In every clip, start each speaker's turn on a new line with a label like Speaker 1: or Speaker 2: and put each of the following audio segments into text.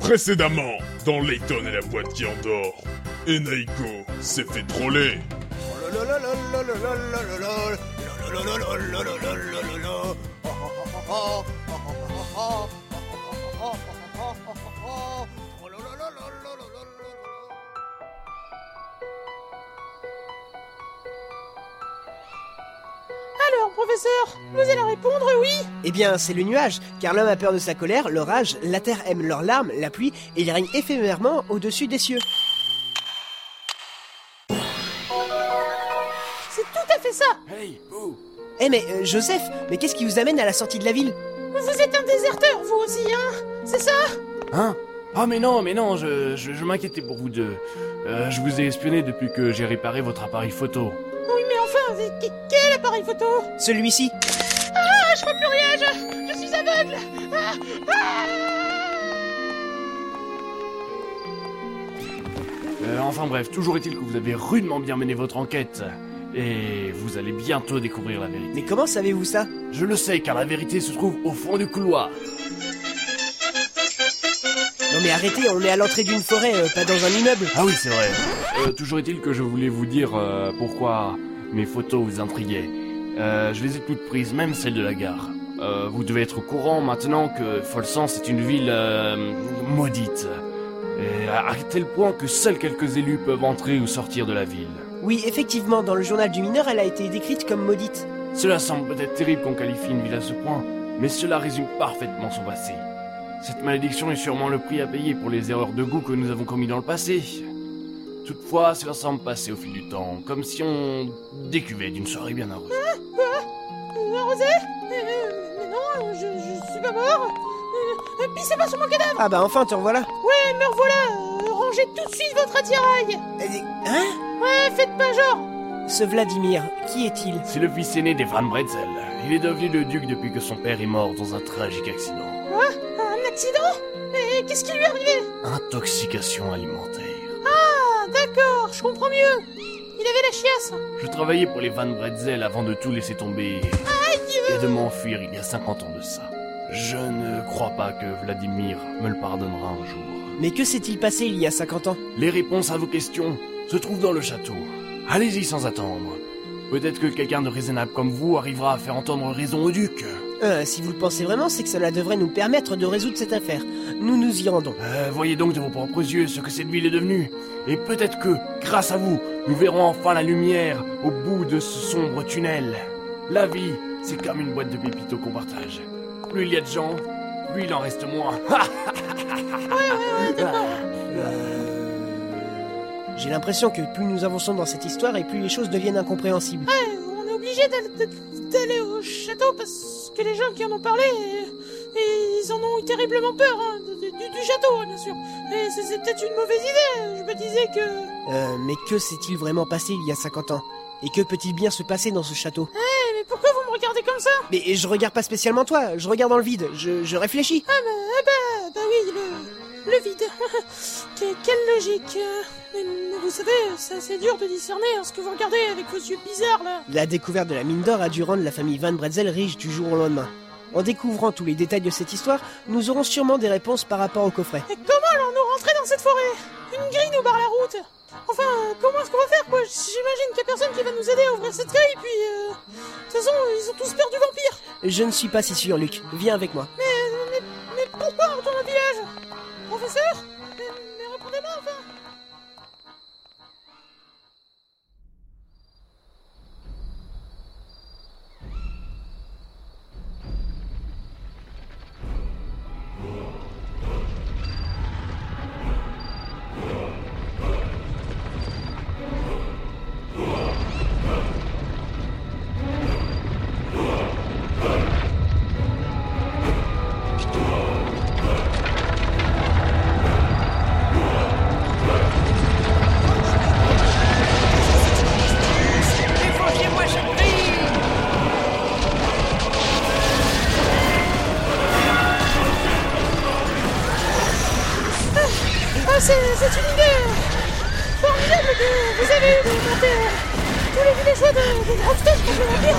Speaker 1: Précédemment, dans Layton et la boîte qui endort, Enaiko s'est fait troller.
Speaker 2: Alors, professeur, vous allez répondre oui
Speaker 3: Eh bien, c'est le nuage, car l'homme a peur de sa colère, l'orage, la terre aime leurs larmes, la pluie, et il règne éphémèrement au-dessus des cieux.
Speaker 2: C'est tout à fait ça
Speaker 3: Eh mais, euh, Joseph, mais qu'est-ce qui vous amène à la sortie de la ville
Speaker 2: Vous êtes un déserteur, vous aussi, hein C'est ça
Speaker 4: Hein Ah mais non, mais non, je, je, je m'inquiétais pour vous deux. Euh, je vous ai espionné depuis que j'ai réparé votre appareil photo.
Speaker 2: Oui, mais enfin, c'est- que- quel appareil photo
Speaker 3: Celui-ci
Speaker 2: Ah, je vois plus rien, je, je suis aveugle Ah,
Speaker 4: Euh, enfin bref, toujours est-il que vous avez rudement bien mené votre enquête. Et vous allez bientôt découvrir la vérité.
Speaker 3: Mais comment savez-vous ça
Speaker 4: Je le sais car la vérité se trouve au fond du couloir.
Speaker 3: Non mais arrêtez, on est à l'entrée d'une forêt, euh, pas dans un immeuble.
Speaker 4: Ah oui, c'est vrai. Euh, toujours est-il que je voulais vous dire euh, pourquoi mes photos vous intriguaient. Euh, je les ai toutes prises, même celles de la gare. Euh, vous devez être au courant maintenant que Folsan c'est une ville euh, maudite. Et à à tel point que seuls quelques élus peuvent entrer ou sortir de la ville.
Speaker 3: Oui, effectivement, dans le journal du mineur, elle a été décrite comme maudite.
Speaker 4: Cela semble peut-être terrible qu'on qualifie une ville à ce point, mais cela résume parfaitement son passé. Cette malédiction est sûrement le prix à payer pour les erreurs de goût que nous avons commis dans le passé. Toutefois, cela semble passer au fil du temps, comme si on décuvait d'une soirée bien arrosée.
Speaker 2: euh, Rosé Euh, Mais non, je, je suis pas mort Euh, euh, Pissez pas sur mon cadavre
Speaker 3: Ah bah enfin, te revoilà.
Speaker 2: Ouais, me revoilà Euh, Rangez tout de suite votre attirail
Speaker 3: Euh, Hein
Speaker 2: Ouais, faites pas genre
Speaker 3: Ce Vladimir, qui est-il
Speaker 4: C'est le fils aîné des Van Bretzel. Il est devenu le duc depuis que son père est mort dans un tragique accident.
Speaker 2: Un accident Et qu'est-ce qui lui est arrivé
Speaker 4: Intoxication alimentaire.
Speaker 2: Ah, d'accord, je comprends mieux Il avait la chiasse
Speaker 4: Je travaillais pour les Van Bretzel avant de tout laisser tomber et de m'enfuir il y a 50 ans de ça. Je ne crois pas que Vladimir me le pardonnera un jour.
Speaker 3: Mais que s'est-il passé il y a 50 ans
Speaker 4: Les réponses à vos questions se trouvent dans le château. Allez-y sans attendre. Peut-être que quelqu'un de raisonnable comme vous arrivera à faire entendre raison au duc.
Speaker 3: Euh, Si vous le pensez vraiment, c'est que cela devrait nous permettre de résoudre cette affaire. Nous nous y rendons.
Speaker 4: Euh, voyez donc de vos propres yeux ce que cette ville est devenue. Et peut-être que, grâce à vous, nous verrons enfin la lumière au bout de ce sombre tunnel. La vie, c'est comme une boîte de pépites qu'on partage. Plus il y a de gens, plus il en reste moins.
Speaker 3: J'ai l'impression que plus nous avançons dans cette histoire et plus les choses deviennent incompréhensibles.
Speaker 2: Ouais, on est obligé d'al- d'al- d'aller au château parce que les gens qui en ont parlé, euh, et ils en ont eu terriblement peur, hein, du, du- du château, hein, bien sûr. Et c'est c'est peut-être une mauvaise idée, je me disais que... Eh,
Speaker 3: Euh, mais que s'est-il vraiment passé il y a 50 ans Et que peut-il bien se passer dans ce château
Speaker 2: mais pourquoi vous me regardez comme ça
Speaker 3: Mais je regarde pas spécialement toi, je regarde dans le vide, je, je réfléchis.
Speaker 2: Ah bah, ah bah, bah oui, le, le vide. Que- quelle logique. euh. Mais, mais vous savez, c'est assez dur de discerner hein, ce que vous regardez avec vos yeux bizarres, là.
Speaker 3: La découverte de la mine d'or a dû rendre la famille Van Bretzel riche du jour au lendemain. En découvrant tous les détails de cette histoire, nous aurons sûrement des réponses par rapport au coffret.
Speaker 2: Et comment allons-nous rentrer dans cette forêt Une grille nous barre la route. Enfin, euh, comment est-ce qu'on va faire, quoi J'imagine qu'il y a personne qui va nous aider à ouvrir cette grille, puis... euh, De toute façon, euh, ils ont tous peur du vampire. euh,
Speaker 3: Je ne suis pas si sûr, Luc. Viens avec moi.
Speaker 2: Mais pourquoi on retourne au village Professeur Mais, mais répondez-moi, enfin Ah, c'est c'est une idée euh, formidable que vous avez eue de monter euh, tous les villageois de, de Dropstone pour le vampire.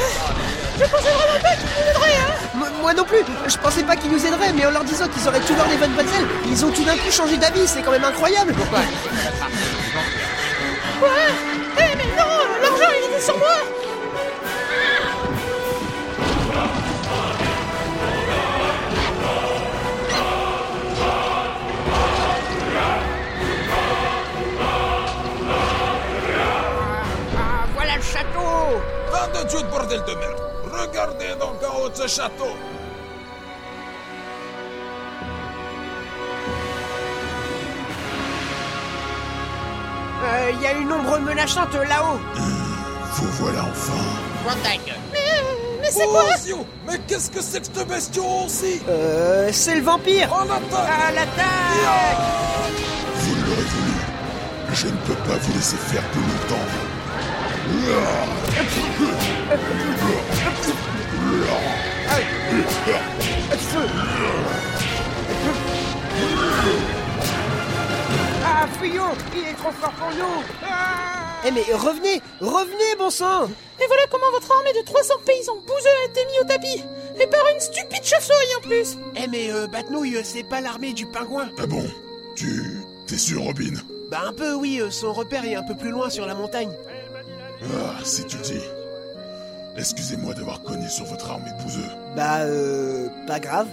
Speaker 2: Euh, Je pensais vraiment pas qu'ils nous aideraient, hein
Speaker 3: Moi, Moi non plus Je pensais pas qu'ils nous aideraient, mais en leur disant qu'ils auraient tout voir les Van Bretzel, ils ont tout d'un coup changé d'avis, c'est quand même incroyable Pourquoi
Speaker 2: Eh mais non, l'argent il était sur moi
Speaker 5: Ah, voilà le château
Speaker 6: Nom de Dieu de bordel de merde Regardez donc en haut de ce château
Speaker 7: Euh,
Speaker 3: Il y a une ombre menaçante là-haut
Speaker 1: Vous voilà enfin.
Speaker 5: Prends ta gueule.
Speaker 2: Mais c'est quoi
Speaker 6: Oh, Zio Mais qu'est-ce que c'est que ce bestion aussi
Speaker 3: Euh... C'est le vampire
Speaker 7: Oh,
Speaker 6: En attaque
Speaker 7: bah,
Speaker 5: À l'attaque
Speaker 1: Vous l'aurez voulu. Je ne peux pas vous laisser faire plus longtemps.
Speaker 3: Ah, fuyons Il est trop fort pour nous Eh mais revenez Revenez, bon sang
Speaker 2: Et voilà comment votre armée de 300 paysans bouseux a été mise au tapis Et par une stupide chauve-souris en plus
Speaker 7: Eh mais euh, Batnouille, euh, c'est pas l'armée du pingouin
Speaker 1: Ah bon Tu... T'es sûr, Robin
Speaker 7: Bah un peu oui, euh, son repère est un peu plus loin sur la montagne.
Speaker 1: Ah, si tu le dis. Excusez-moi d'avoir cogné sur votre armée de bouseux.
Speaker 3: Bah, euh... Pas grave.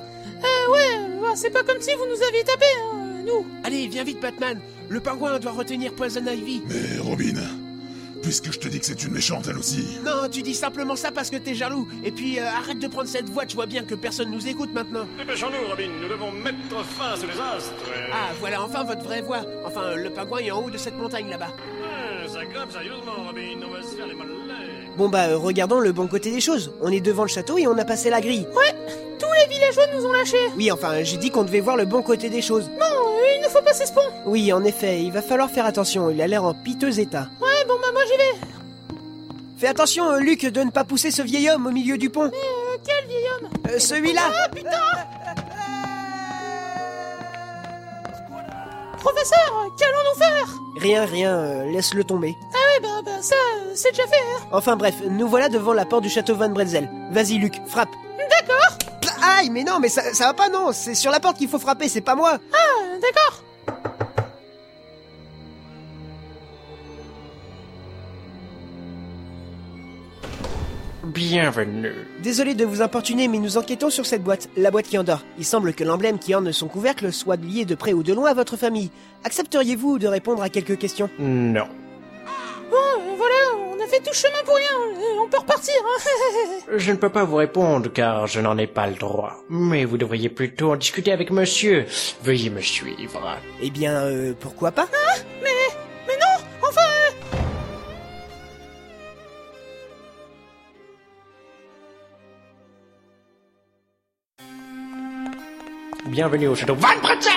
Speaker 2: Euh ouais, bah, c'est pas comme si vous nous aviez tapé, hein, nous
Speaker 7: Allez, viens vite Batman Le pingouin doit retenir Poison Ivy
Speaker 1: Mais Robin, puisque je te dis que c'est une méchante elle aussi,
Speaker 7: Non, tu dis simplement ça parce que t'es jaloux Et puis euh, arrête de prendre cette voix, tu vois bien que personne nous écoute maintenant
Speaker 8: Dépêchons-nous, Eh ben, Robin, nous devons mettre fin à ce désastre.
Speaker 7: Ah, voilà enfin votre vraie voix Enfin, euh, le pingouin est en haut de cette montagne là-bas.
Speaker 8: Ah, ça grimpe sérieusement, Robin, on va se faire les mollets.
Speaker 3: Bon bah, euh, regardons le bon côté des choses. On est devant le château et on a passé la grille.
Speaker 2: Ouais, tous les villageois nous ont lâchés
Speaker 3: Oui, enfin, j'ai dit qu'on devait voir le bon côté des choses.
Speaker 2: Non, euh, il nous faut passer ce pont
Speaker 3: Oui, en effet, il va falloir faire attention, il a l'air en piteux état.
Speaker 2: Ouais, bon bah moi j'y vais
Speaker 3: Fais attention, euh, Luc, de ne pas pousser ce vieil homme au milieu du pont.
Speaker 2: Euh, Quel vieil homme
Speaker 3: Euh, Celui-là
Speaker 2: Professeur, qu'allons-nous faire
Speaker 3: Rien, rien, euh, laisse-le tomber.
Speaker 2: Ah ouais, bah, bah ça, euh, c'est déjà fait, hein.
Speaker 3: Enfin bref, nous voilà devant la porte du château Van Bretzel. Vas-y, Luc, frappe.
Speaker 2: D'accord
Speaker 3: Pla- Aïe, mais non, mais ça, ça va pas, non C'est sur la porte qu'il faut frapper, c'est pas moi
Speaker 2: Ah, d'accord
Speaker 4: Bienvenue.
Speaker 3: Désolé de vous importuner, mais nous enquêtons sur cette boîte, la boîte qui endort. Il semble que l'emblème qui orne son couvercle soit lié de près ou de loin à votre famille. Accepteriez-vous de répondre à quelques questions
Speaker 4: Non.
Speaker 2: Bon, euh, voilà, on a fait tout chemin pour rien, euh, on peut repartir, hein
Speaker 9: Je ne peux pas vous répondre car je n'en ai pas le droit. Mais vous devriez plutôt en discuter avec monsieur. Veuillez me suivre.
Speaker 3: Eh bien, euh, pourquoi pas
Speaker 2: Mais non, enfin euh,
Speaker 9: Bienvenue au château Van Pretzel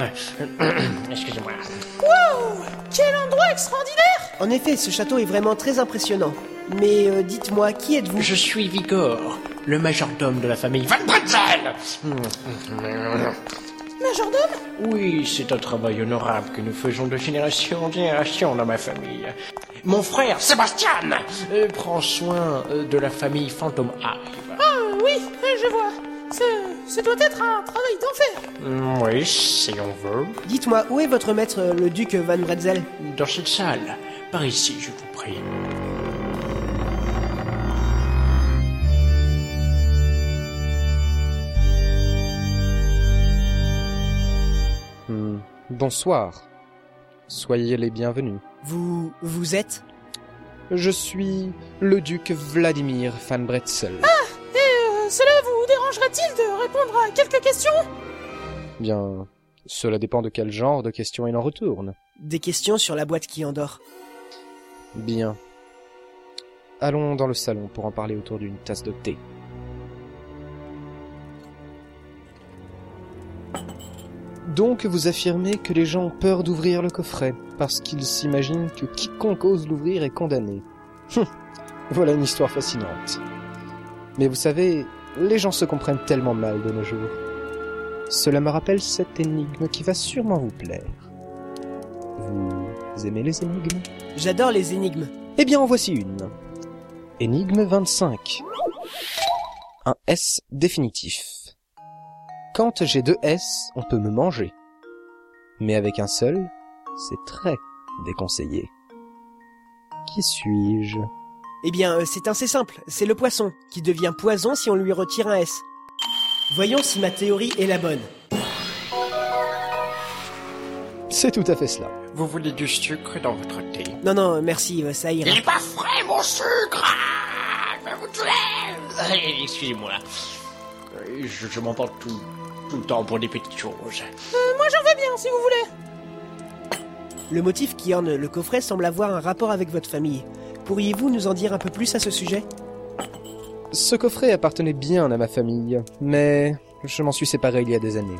Speaker 9: Euh, Excusez-moi.
Speaker 2: Wow Quel endroit extraordinaire
Speaker 3: En effet, ce château est vraiment très impressionnant. Mais euh, dites-moi, qui êtes-vous
Speaker 9: Je suis Vigor, le majordome de la famille Van Pretzel
Speaker 2: Majordome
Speaker 9: Oui, c'est un travail honorable que nous faisons de génération en génération dans ma famille. Mon frère, Sébastien, euh, prend soin euh, de la famille Phantom Hive.
Speaker 2: Ah euh, oui, euh, je vois. Ce, ce doit être un travail d'enfer.
Speaker 9: Mm, Oui, si on veut.
Speaker 3: Dites-moi, où est votre maître, euh, le duc Van Bretzel
Speaker 9: Dans cette salle, par ici, je vous prie.
Speaker 10: Bonsoir. Soyez les bienvenus.
Speaker 3: Vous... vous êtes
Speaker 10: Je suis le duc Vladimir Van Bretzel.
Speaker 2: Et euh, cela vous dérangerait-il de répondre à quelques questions
Speaker 10: Bien, cela dépend de quel genre de questions il en retourne.
Speaker 3: Des questions sur la boîte qui endort.
Speaker 10: Bien. Allons dans le salon pour en parler autour d'une tasse de thé. Donc vous affirmez que les gens ont peur d'ouvrir le coffret, parce qu'ils s'imaginent que quiconque ose l'ouvrir est condamné. Hum, voilà une histoire fascinante. Mais vous savez, les gens se comprennent tellement mal de nos jours. Cela me rappelle cette énigme qui va sûrement vous plaire. Vous aimez les énigmes
Speaker 3: J'adore les énigmes.
Speaker 10: eh bien, en voici une. Énigme 25. un S définitif. Quand j'ai deux S, on peut me manger. Mais avec un seul, c'est très déconseillé. Qui suis-je
Speaker 3: Eh bien, euh, c'est assez simple, c'est le poisson, qui devient poison si on lui retire un S. Voyons si ma théorie est la bonne.
Speaker 10: C'est tout à fait cela.
Speaker 9: Vous voulez du sucre dans votre thé
Speaker 3: Non, non, merci, euh, ça ira.
Speaker 5: Il est pas frais, mon sucre Ah, Je vais vous tuer
Speaker 9: Eh, Excusez-moi. Euh, Je, je m'emporte tout, tout le temps pour des petites choses.
Speaker 2: Euh, moi j'en veux bien si vous voulez.
Speaker 3: Le motif qui orne le coffret semble avoir un rapport avec votre famille. Pourriez-vous nous en dire un peu plus à ce sujet
Speaker 10: Ce coffret appartenait bien à ma famille, mais je m'en suis séparé il y a des années.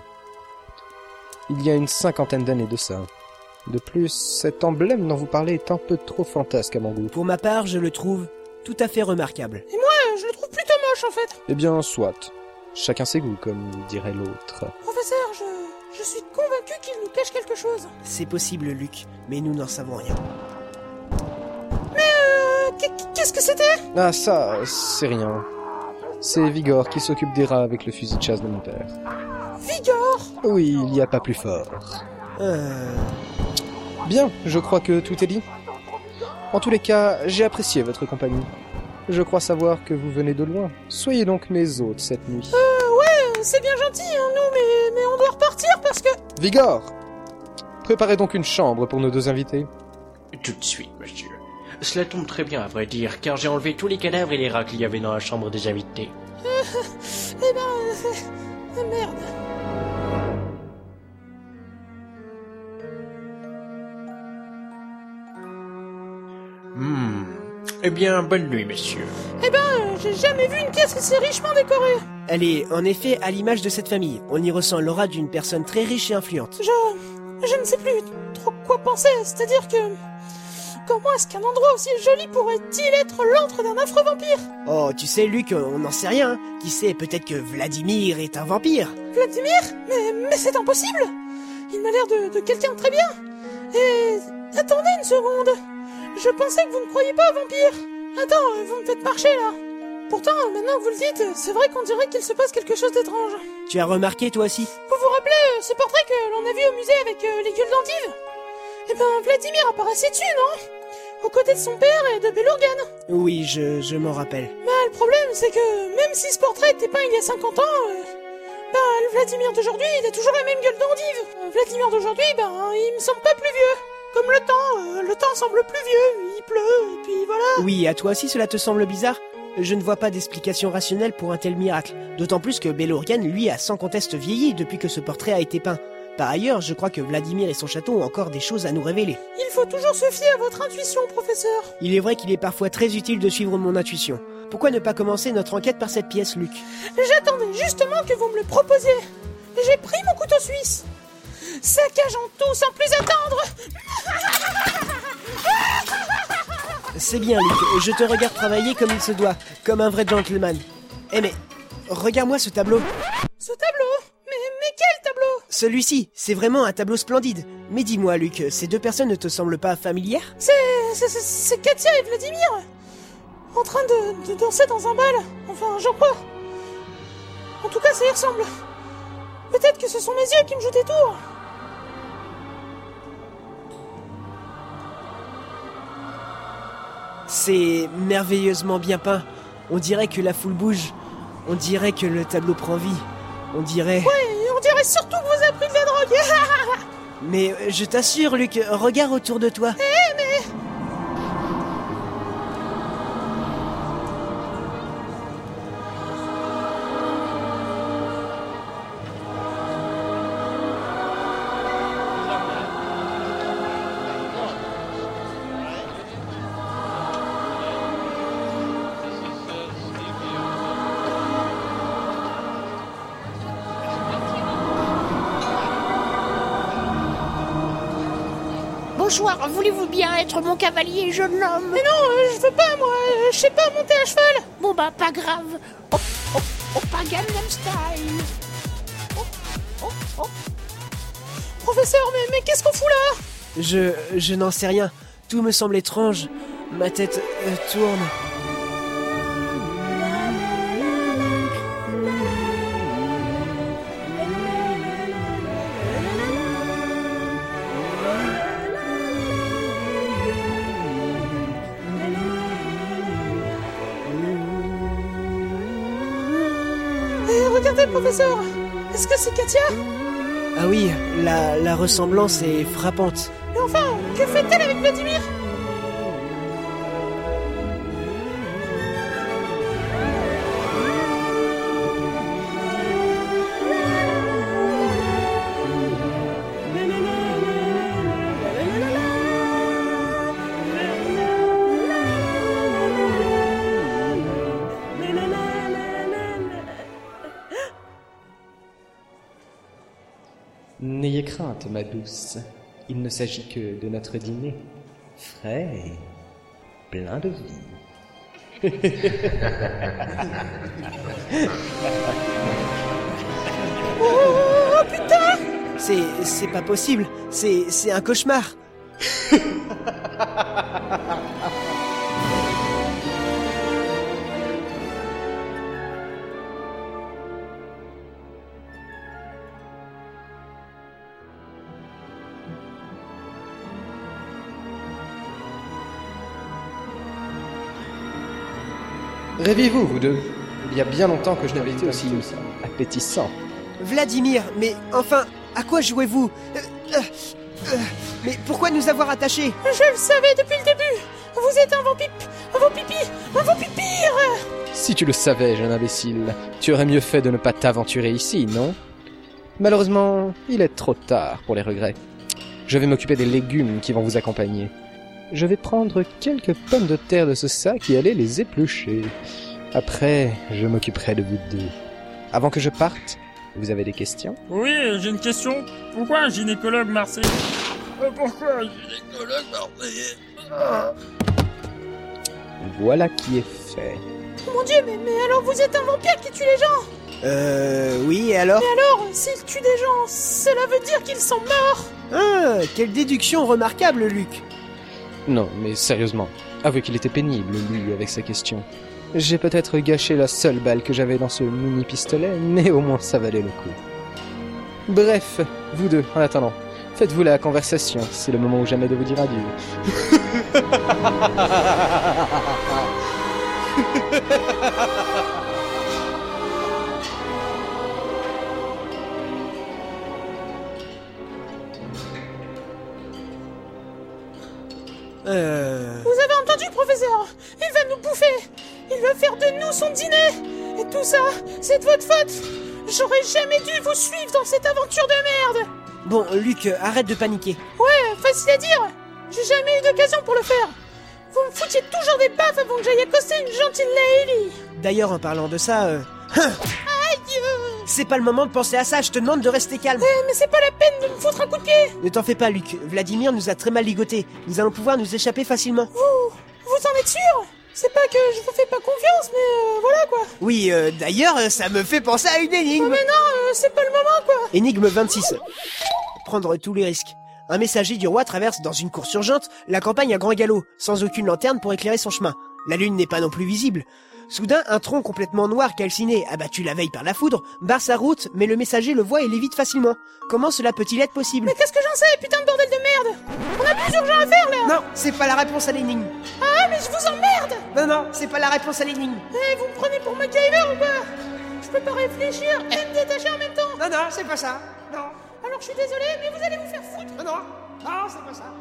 Speaker 10: Il y a une cinquantaine d'années de ça. De plus, cet emblème dont vous parlez est un peu trop fantasque à mon goût.
Speaker 3: Pour ma part, je le trouve tout à fait remarquable.
Speaker 2: Euh, je le trouve plutôt moche en fait.
Speaker 10: Eh bien, soit. Chacun ses goûts, comme dirait l'autre.
Speaker 2: Professeur, je, je suis convaincu qu'il nous cache quelque chose.
Speaker 3: C'est possible, Luc, mais nous n'en savons rien.
Speaker 2: Euh, qu'est- qu'est-ce que c'était
Speaker 10: Ah ça, c'est rien. C'est Vigor qui s'occupe des rats avec le fusil de chasse de mon père.
Speaker 2: Vigor
Speaker 10: Oui, il n'y a pas plus fort.
Speaker 3: Euh...
Speaker 10: Bien, je crois que tout est dit. En tous les cas, j'ai apprécié votre compagnie. Je crois savoir que vous venez de loin. Soyez donc mes hôtes cette nuit.
Speaker 2: Euh, C'est bien gentil, hein, nous, mais, mais on doit repartir parce que.
Speaker 10: Vigor Préparez donc une chambre pour nos deux invités.
Speaker 9: Tout de suite, monsieur. Cela tombe très bien, à vrai dire, car j'ai enlevé tous les cadavres et les rats qu'il y avait dans la chambre des invités.
Speaker 2: Eh ben. euh, ah, merde.
Speaker 9: Hmm. Eh bien, bonne nuit, messieurs.
Speaker 2: Eh ben, euh, j'ai jamais vu une pièce aussi richement décorée.
Speaker 3: Elle est en effet à l'image de cette famille. On y ressent l'aura d'une personne très riche et influente.
Speaker 2: Je. Je ne sais plus trop quoi penser, c'est-à-dire que. Comment est-ce qu'un endroit aussi joli pourrait-il être l'antre d'un affreux vampire
Speaker 3: Oh, tu sais, Luc, on n'en sait rien. Qui sait, peut-être que Vladimir est un vampire.
Speaker 2: Vladimir Mais, mais c'est impossible Il m'a l'air de, de quelqu'un de très bien Et... Attendez une seconde Je pensais que vous ne croyez pas aux vampires Attends, euh, vous me faites marcher là Pourtant, euh, maintenant que vous le dites, euh, c'est vrai qu'on dirait qu'il se passe quelque chose d'étrange.
Speaker 3: Tu as remarqué, toi aussi
Speaker 2: Vous vous rappelez euh, ce portrait que l'on a vu au musée avec euh, les gueules d'endive Eh ben, Vladimir apparaissait dessus, non Aux côtés de son père et de Belorgan.
Speaker 3: Oui, je, je m'en rappelle.
Speaker 2: Bah, le problème, c'est que même si ce portrait était peint il y a 50 ans, euh, bah, le Vladimir d'aujourd'hui, il a toujours la même gueule d'endive. Euh, Vladimir d'aujourd'hui, bah, il me semble pas plus vieux. Comme le temps, euh, le temps semble plus vieux, il pleut, et puis voilà.
Speaker 3: Oui, à toi aussi cela te semble bizarre Je ne vois pas d'explication rationnelle pour un tel miracle, d'autant plus que Belorian, lui, a sans conteste vieilli depuis que ce portrait a été peint. Par ailleurs, je crois que Vladimir et son château ont encore des choses à nous révéler.
Speaker 2: Il faut toujours se fier à votre intuition, professeur.
Speaker 3: Il est vrai qu'il est parfois très utile de suivre mon intuition. Pourquoi ne pas commencer notre enquête par cette pièce, Luc
Speaker 2: J'attendais justement que vous me le proposiez. J'ai pris mon couteau suisse. Saccageant tout sans plus attendre.
Speaker 3: C'est bien, Luc, je te regarde travailler comme il se doit, comme un vrai gentleman. Eh mais, regarde-moi ce tableau
Speaker 2: Ce tableau Mais, mais quel tableau
Speaker 3: Celui-ci, c'est vraiment un tableau splendide. Mais dis-moi, Luc, ces deux personnes ne te semblent pas familières
Speaker 2: C'est- C'est c'est- c'est Katia et Vladimir En train de, de danser dans un bal Enfin, j'en crois En tout cas, ça y ressemble Peut-être que ce sont mes yeux qui me jouent des tours
Speaker 3: C'est merveilleusement bien peint. On dirait que la foule bouge. On dirait que le tableau prend vie. On dirait...
Speaker 2: Et on dirait surtout que vous avez pris de la drogue
Speaker 3: Mais euh, je t'assure, Luc, regarde autour de toi.
Speaker 5: Bonsoir, voulez-vous bien être mon cavalier, jeune homme
Speaker 2: Mais non, euh, je veux pas, moi euh, Je sais pas monter à cheval
Speaker 5: Bon bah, pas grave. Hop, hop, hop, à Gangnam Style. Hop, hop, hop.
Speaker 2: Oh, Professeur, mais, mais qu'est-ce qu'on fout là
Speaker 3: Je... je n'en sais rien. Tout me semble étrange. Ma tête euh, tourne.
Speaker 2: Eh, Regardez, professeur Est-ce que c'est Katia
Speaker 3: Ah oui, la, la ressemblance est frappante.
Speaker 2: Mais enfin, que fait-elle avec Vladimir
Speaker 11: N'ayez crainte, ma douce. Il ne s'agit que de notre dîner. Frais et plein de vie.
Speaker 2: Oh putain
Speaker 3: C'est, c'est pas possible. C'est, c'est un cauchemar.
Speaker 10: Rêvez-vous, vous deux. Il y a bien longtemps que je n'avais été aussi appétissant.
Speaker 3: Vladimir, mais enfin, à quoi jouez-vous Euh, euh, euh, Mais pourquoi nous avoir attachés
Speaker 2: Je le savais depuis le début Vous êtes un vampire Un vampipi Un vampipire
Speaker 10: Si tu le savais, jeune imbécile, tu aurais mieux fait de ne pas t'aventurer ici, non Malheureusement, il est trop tard pour les regrets. Je vais m'occuper des légumes qui vont vous accompagner. Je vais prendre quelques pommes de terre de ce sac et aller les éplucher. Après, je m'occuperai de vous deux. Avant que je parte, vous avez des questions
Speaker 12: Oui, j'ai une question. Pourquoi un gynécologue marseillais Euh, Pourquoi un gynécologue marseillais Ah.
Speaker 10: Voilà qui est fait.
Speaker 2: Mon dieu, mais, mais alors vous êtes un vampire qui tue les gens
Speaker 3: Euh, oui, et alors
Speaker 2: Mais alors, s'il tue des gens, cela veut dire qu'ils sont morts
Speaker 3: Ah, quelle déduction remarquable, Luc
Speaker 10: Non, mais sérieusement, avouez qu'il était pénible, lui, avec sa question. J'ai peut-être gâché la seule balle que j'avais dans ce mini-pistolet, mais au moins ça valait le coup. Bref, vous deux, en attendant, faites-vous la conversation, c'est le moment ou jamais de vous dire adieu.
Speaker 3: Euh...
Speaker 2: Vous avez entendu, professeur Il va nous bouffer Il va faire de nous son dîner Et tout ça, c'est de votre faute J'aurais jamais dû vous suivre dans cette aventure de merde
Speaker 3: Bon, Luc, euh, arrête de paniquer.
Speaker 2: Ouais, facile à dire J'ai jamais eu d'occasion pour le faire Vous me foutiez toujours des baffes avant que j'aille accoster une gentille lady
Speaker 3: D'ailleurs, en parlant de ça, euh...
Speaker 2: Aïe euh,
Speaker 3: c'est pas le moment de penser à ça, je te demande de rester calme.
Speaker 2: eh, Mais c'est pas la peine de me foutre un coup de pied
Speaker 3: Ne t'en fais pas, Luc. Vladimir nous a très mal ligoté. Nous allons pouvoir nous échapper facilement.
Speaker 2: Vous, vous en êtes sûr C'est pas que je vous fais pas confiance, mais euh, voilà quoi
Speaker 3: Oui, euh, d'ailleurs, euh, ça me fait penser à une énigme.
Speaker 2: Mais non, euh, c'est pas le moment quoi
Speaker 3: Énigme 26. Prendre tous les risques. Un messager du roi traverse dans une course urgente la campagne à grand galop, sans aucune lanterne pour éclairer son chemin. La lune n'est pas non plus visible. Soudain, un tronc complètement noir calciné, abattu la veille par la foudre, barre sa route, mais le messager le voit et l'évite facilement. Comment cela peut-il être possible
Speaker 2: Mais qu'est-ce que j'en sais, putain de bordel de merde On a plus urgent à faire là
Speaker 3: Non, c'est pas la réponse à l'énigme.
Speaker 2: Ah mais je vous emmerde
Speaker 3: Non, non, c'est pas la réponse à l'énigme.
Speaker 2: Eh, vous me prenez pour MacGyver ou pas Je peux pas réfléchir et me détacher en même temps
Speaker 3: Non, non, c'est pas ça. Non,
Speaker 2: Alors je suis désolé, mais vous allez vous faire foutre
Speaker 3: Ah hein. non, non, non, c'est pas ça.